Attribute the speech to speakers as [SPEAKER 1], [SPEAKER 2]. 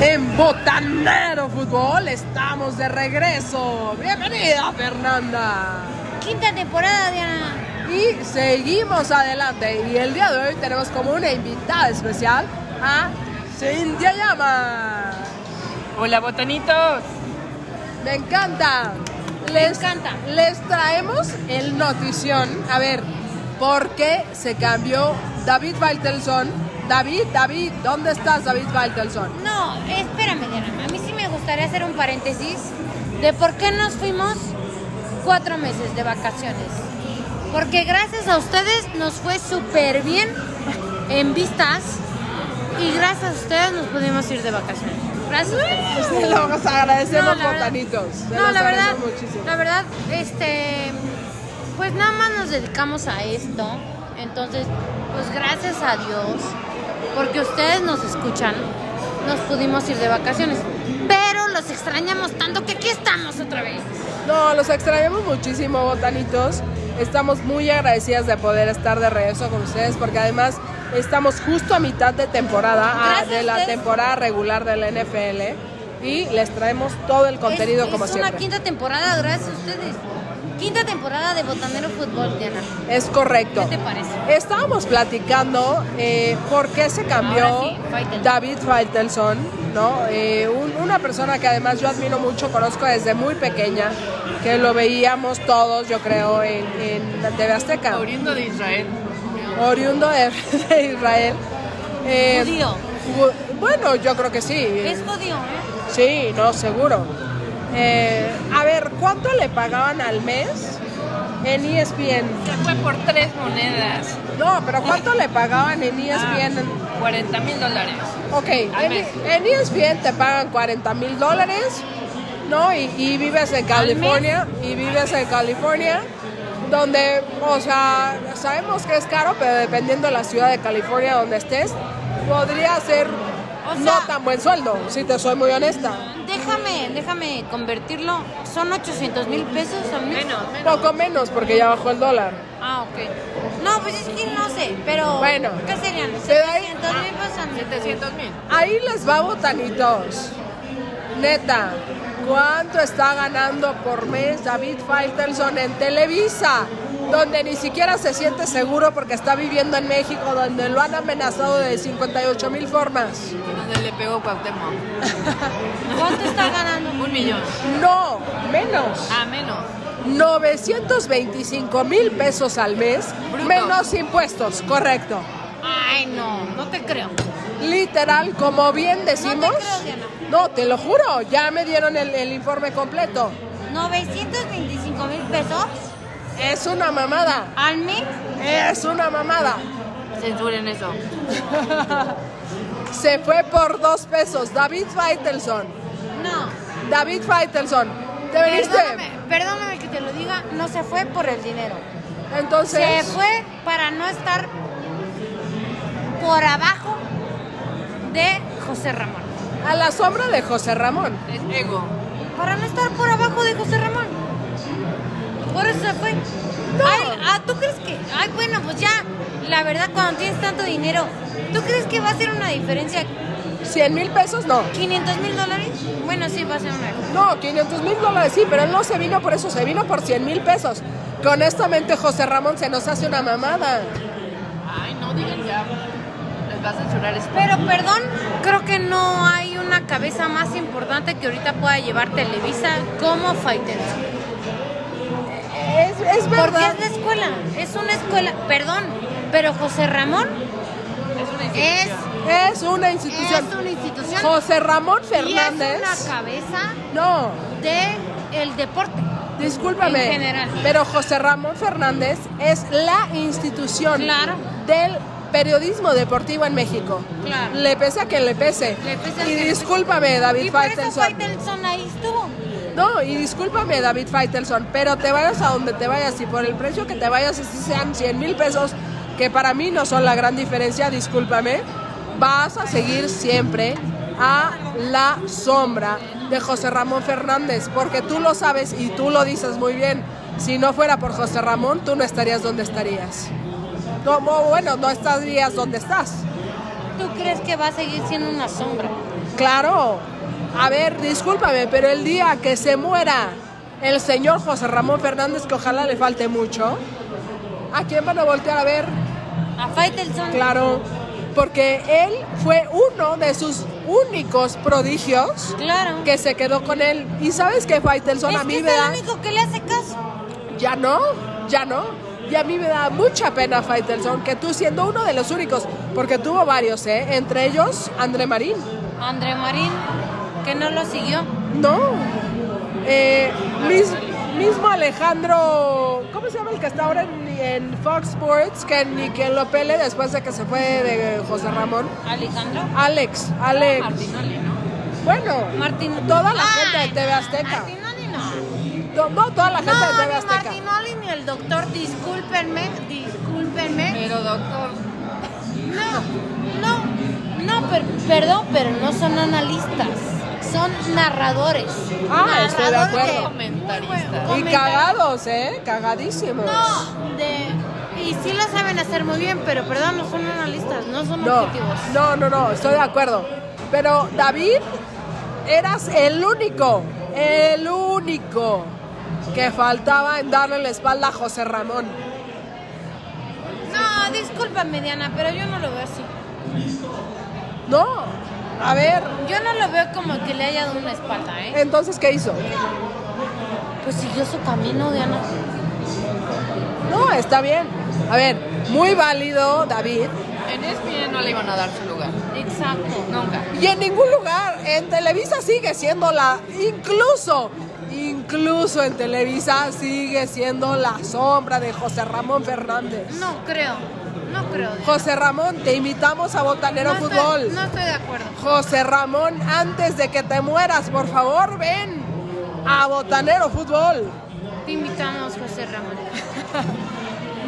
[SPEAKER 1] En Botanero Fútbol estamos de regreso. Bienvenida Fernanda.
[SPEAKER 2] Quinta temporada, Diana.
[SPEAKER 1] Y seguimos adelante. Y el día de hoy tenemos como una invitada especial a Cintia Llama.
[SPEAKER 3] Hola botanitos.
[SPEAKER 1] Me encanta.
[SPEAKER 2] Me encanta.
[SPEAKER 1] Les traemos el notición. A ver, ¿por qué se cambió David Baitelson? David, David, ¿dónde estás David Baitelson?
[SPEAKER 2] No, espérame, Diana. A mí sí me gustaría hacer un paréntesis de por qué nos fuimos cuatro meses de vacaciones. Porque gracias a ustedes nos fue súper bien en vistas y gracias a ustedes nos pudimos ir de vacaciones. Gracias. a ustedes.
[SPEAKER 1] Se los pues, agradecemos,
[SPEAKER 2] No, la verdad-
[SPEAKER 1] botanitos. Se
[SPEAKER 2] no,
[SPEAKER 1] los
[SPEAKER 2] la verdad,
[SPEAKER 1] agradecemos muchísimo.
[SPEAKER 2] la verdad, este, pues nada más nos dedicamos a esto. Entonces, pues gracias a Dios, porque ustedes nos escuchan, nos pudimos ir de vacaciones. Pero los extrañamos tanto que aquí estamos otra vez.
[SPEAKER 1] No, los extrañamos muchísimo, botanitos. Estamos muy agradecidas de poder estar de regreso con ustedes porque además estamos justo a mitad de temporada, ah,
[SPEAKER 2] Gracias a
[SPEAKER 1] de la
[SPEAKER 2] ustedes.
[SPEAKER 1] temporada regular de la NFL y les traemos todo el contenido
[SPEAKER 2] es,
[SPEAKER 1] como
[SPEAKER 2] es
[SPEAKER 1] siempre.
[SPEAKER 2] una quinta temporada, gracias a ustedes. Quinta temporada de Botanero Fútbol, Diana.
[SPEAKER 1] Es correcto.
[SPEAKER 2] ¿Qué te parece?
[SPEAKER 1] Estábamos platicando eh, por qué se cambió
[SPEAKER 2] Ahora sí, Faitelson.
[SPEAKER 1] David Faitelson, ¿no? Eh, un- una persona que además yo admiro mucho, conozco desde muy pequeña, que lo veíamos todos, yo creo, en, en la TV Azteca.
[SPEAKER 3] Oriundo de Israel.
[SPEAKER 1] oriundo de, de Israel. Eh,
[SPEAKER 2] Judío.
[SPEAKER 1] ju- Bueno, yo creo que sí.
[SPEAKER 2] Es jodido, ¿eh?
[SPEAKER 1] Sí, no, seguro. Eh, a ver, ¿cuánto le pagaban al mes en E ESPN?
[SPEAKER 3] Se fue por tres monedas.
[SPEAKER 1] No, pero ¿cuánto le pagaban en E ESPN?
[SPEAKER 3] 40 mil dólares.
[SPEAKER 1] Ok,
[SPEAKER 3] Al
[SPEAKER 1] en,
[SPEAKER 3] mes.
[SPEAKER 1] en E ESPN te pagan 40 mil dólares, ¿no? Y, y vives en California, y vives en California, donde, o sea, sabemos que es caro, pero dependiendo de la ciudad de California donde estés, podría ser
[SPEAKER 2] O
[SPEAKER 1] no
[SPEAKER 2] sea-
[SPEAKER 1] tan buen sueldo, si te soy muy honesta.
[SPEAKER 2] Déjame, déjame convertirlo. Son 800 mil pesos al mes.
[SPEAKER 3] Menos, menos.
[SPEAKER 1] Poco menos, porque ya bajó el dólar.
[SPEAKER 2] Ah, ok. No, pues es que no sé, pero.
[SPEAKER 1] Bueno.
[SPEAKER 2] ¿Qué serían?
[SPEAKER 1] Te doy-
[SPEAKER 2] 700 mil pesos al mes.
[SPEAKER 3] 700 mil.
[SPEAKER 1] Ahí les va botanitos. Neta, ¿cuánto está ganando por mes David Faitelson en Televisa? Donde ni siquiera se siente seguro porque está viviendo en México, donde lo han amenazado de 58 mil formas.
[SPEAKER 3] Donde le pegó Cuauhtémoc.
[SPEAKER 2] ¿Cuánto está ganando?
[SPEAKER 3] Un millón.
[SPEAKER 1] No, menos.
[SPEAKER 3] Ah, menos.
[SPEAKER 1] 925 mil pesos al mes,
[SPEAKER 3] Bruto.
[SPEAKER 1] menos impuestos, correcto.
[SPEAKER 2] Ay, no, no te creo.
[SPEAKER 1] Literal, como bien decimos.
[SPEAKER 2] creo, Diana.
[SPEAKER 1] No, te lo juro, ya me dieron el- el informe completo.
[SPEAKER 2] 925 mil pesos
[SPEAKER 1] Es una mamada.
[SPEAKER 2] al mes.
[SPEAKER 1] Es una mamada.
[SPEAKER 3] Censuren eso.
[SPEAKER 1] Se fue por dos pesos. David Faitelson.
[SPEAKER 2] No.
[SPEAKER 1] David Faitelson. ¿Te
[SPEAKER 2] Perdóname,
[SPEAKER 1] veniste?
[SPEAKER 2] perdóname que te lo diga, no se fue por el dinero. Se
[SPEAKER 1] Entonces,
[SPEAKER 2] fue para no estar por abajo de José Ramón.
[SPEAKER 1] a la sombra de José Ramón.
[SPEAKER 3] Es ego.
[SPEAKER 2] Para no estar por abajo de José Ramón. Por eso se fue. Ay, ah, ¿tú crees que.? Ay, bueno, pues ya. La verdad, cuando tienes tanto dinero, ¿tú crees que va a ser una diferencia?
[SPEAKER 1] 100 mil pesos no.
[SPEAKER 2] ¿500 mil dólares? Bueno, sí, va a ser una diferencia.
[SPEAKER 1] No, 500 mil dólares sí, pero él no se vino por eso, se vino por 100 mil pesos. Que honestamente José Ramón se nos hace una mamada.
[SPEAKER 3] Ay, no digan ya. Les va a censurar eso.
[SPEAKER 2] Pero perdón, creo que no hay una cabeza más importante que ahorita pueda llevar Televisa como Fighters.
[SPEAKER 1] Es, es
[SPEAKER 2] Porque
[SPEAKER 1] verdad.
[SPEAKER 2] es la escuela, es una escuela. Perdón, pero José Ramón
[SPEAKER 3] Es una
[SPEAKER 2] es,
[SPEAKER 3] institución.
[SPEAKER 1] Es una
[SPEAKER 2] es
[SPEAKER 1] institución.
[SPEAKER 2] una institución.
[SPEAKER 1] José Ramón
[SPEAKER 2] Y
[SPEAKER 1] Fernández.
[SPEAKER 2] es una cabeza
[SPEAKER 1] No,
[SPEAKER 2] de el deporte.
[SPEAKER 1] Discúlpame,
[SPEAKER 2] En general.
[SPEAKER 1] pero José Ramón Fernández es la institución
[SPEAKER 2] Claro.
[SPEAKER 1] del periodismo deportivo en México.
[SPEAKER 2] Claro.
[SPEAKER 1] Le pese a que le pese.
[SPEAKER 2] Le pese a
[SPEAKER 1] y
[SPEAKER 2] que le
[SPEAKER 1] discúlpame,
[SPEAKER 2] y
[SPEAKER 1] David
[SPEAKER 2] por eso
[SPEAKER 1] Faitelson.
[SPEAKER 2] Faitelson ahí estuvo.
[SPEAKER 1] No, y discúlpame, David Faitelson, pero te vayas a donde te vayas y por el precio que te vayas, si sean 100 mil pesos, que para mí no son la gran diferencia, discúlpame, vas a seguir siempre a la sombra de José Ramón Fernández, porque tú lo sabes y tú lo dices muy bien. Si no fuera por José Ramón, tú no estarías donde estarías. No, mo- bueno, no estarías donde estás.
[SPEAKER 2] ¿Tú crees que va a seguir siendo una sombra?
[SPEAKER 1] Claro. A ver, discúlpame, pero el día que se muera el señor José Ramón Fernández, que ojalá le falte mucho, ¿a quién van a voltear a ver?
[SPEAKER 2] A Faitelson.
[SPEAKER 1] Claro, porque él fue uno de sus únicos prodigios
[SPEAKER 2] Claro.
[SPEAKER 1] que se quedó con él. Y sabes que Faitelson
[SPEAKER 2] es
[SPEAKER 1] a mí
[SPEAKER 2] que
[SPEAKER 1] me
[SPEAKER 2] es
[SPEAKER 1] da...
[SPEAKER 2] el único que le hace caso.
[SPEAKER 1] Ya no, ya no. Y a mí me da mucha pena, Faitelson, que tú siendo uno de los únicos, porque tuvo varios, ¿eh? Entre ellos, André Marín.
[SPEAKER 2] André Marín, que no lo siguió.
[SPEAKER 1] No. Eh, mis- mismo Alejandro, ¿cómo se llama el que está ahora en, en Fox Sports? Que ni que lo pele después de que se fue de José Ramón.
[SPEAKER 2] Alejandro.
[SPEAKER 1] Alex, Alex.
[SPEAKER 3] Martinoli, ¿no?
[SPEAKER 1] Bueno,
[SPEAKER 2] Martín.
[SPEAKER 1] Toda la gente de
[SPEAKER 2] Ay,
[SPEAKER 1] TV
[SPEAKER 2] no,
[SPEAKER 1] Azteca.
[SPEAKER 2] Martinoli no.
[SPEAKER 1] to- no toda la gente
[SPEAKER 2] No,
[SPEAKER 1] de TV
[SPEAKER 2] ni
[SPEAKER 1] Azteca.
[SPEAKER 2] Martinoli ni el doctor, discúlpenme, discúlpenme.
[SPEAKER 3] Pero doctor,
[SPEAKER 2] No, no, no, per- perdón, pero no son analistas, son narradores.
[SPEAKER 1] Ah, estoy de
[SPEAKER 2] Narradores
[SPEAKER 1] acuerdo.
[SPEAKER 2] muy
[SPEAKER 3] Comentaristas.
[SPEAKER 2] buen-
[SPEAKER 1] Y cagados, ¿eh? Cagadísimos.
[SPEAKER 2] No, de, y sí lo saben hacer muy bien, pero perdón, no son analistas, no son
[SPEAKER 1] No,
[SPEAKER 2] objetivos.
[SPEAKER 1] no, no, no, estoy de acuerdo. Pero David, eras el único, el único que faltaba en darle la espalda a José Ramón.
[SPEAKER 2] No, discúlpame, Diana, pero yo no lo veo así.
[SPEAKER 1] No, a ver,
[SPEAKER 2] Yo no lo veo como que le haya dado una espalda, ¿eh?
[SPEAKER 1] entonces, ¿qué hizo?
[SPEAKER 2] Pues siguió su camino, Diana.
[SPEAKER 1] No, está bien. A ver, muy válido, David.
[SPEAKER 3] en E ESPN no le iban a dar su lugar.
[SPEAKER 2] Exacto.
[SPEAKER 3] Nunca.
[SPEAKER 1] Y en ningún lugar, en Televisa sigue siendo la, incluso, incluso en Televisa sigue siendo la sombra de José Ramón Fernández.
[SPEAKER 2] No creo, no creo. Diana.
[SPEAKER 1] José Ramón, te invitamos a Botanero
[SPEAKER 2] no
[SPEAKER 1] Fútbol.
[SPEAKER 2] Estoy, no estoy de acuerdo.
[SPEAKER 1] José Ramón, antes de que te mueras, por favor, ven a Botanero Fútbol.
[SPEAKER 2] Te invitamos, José Ramón.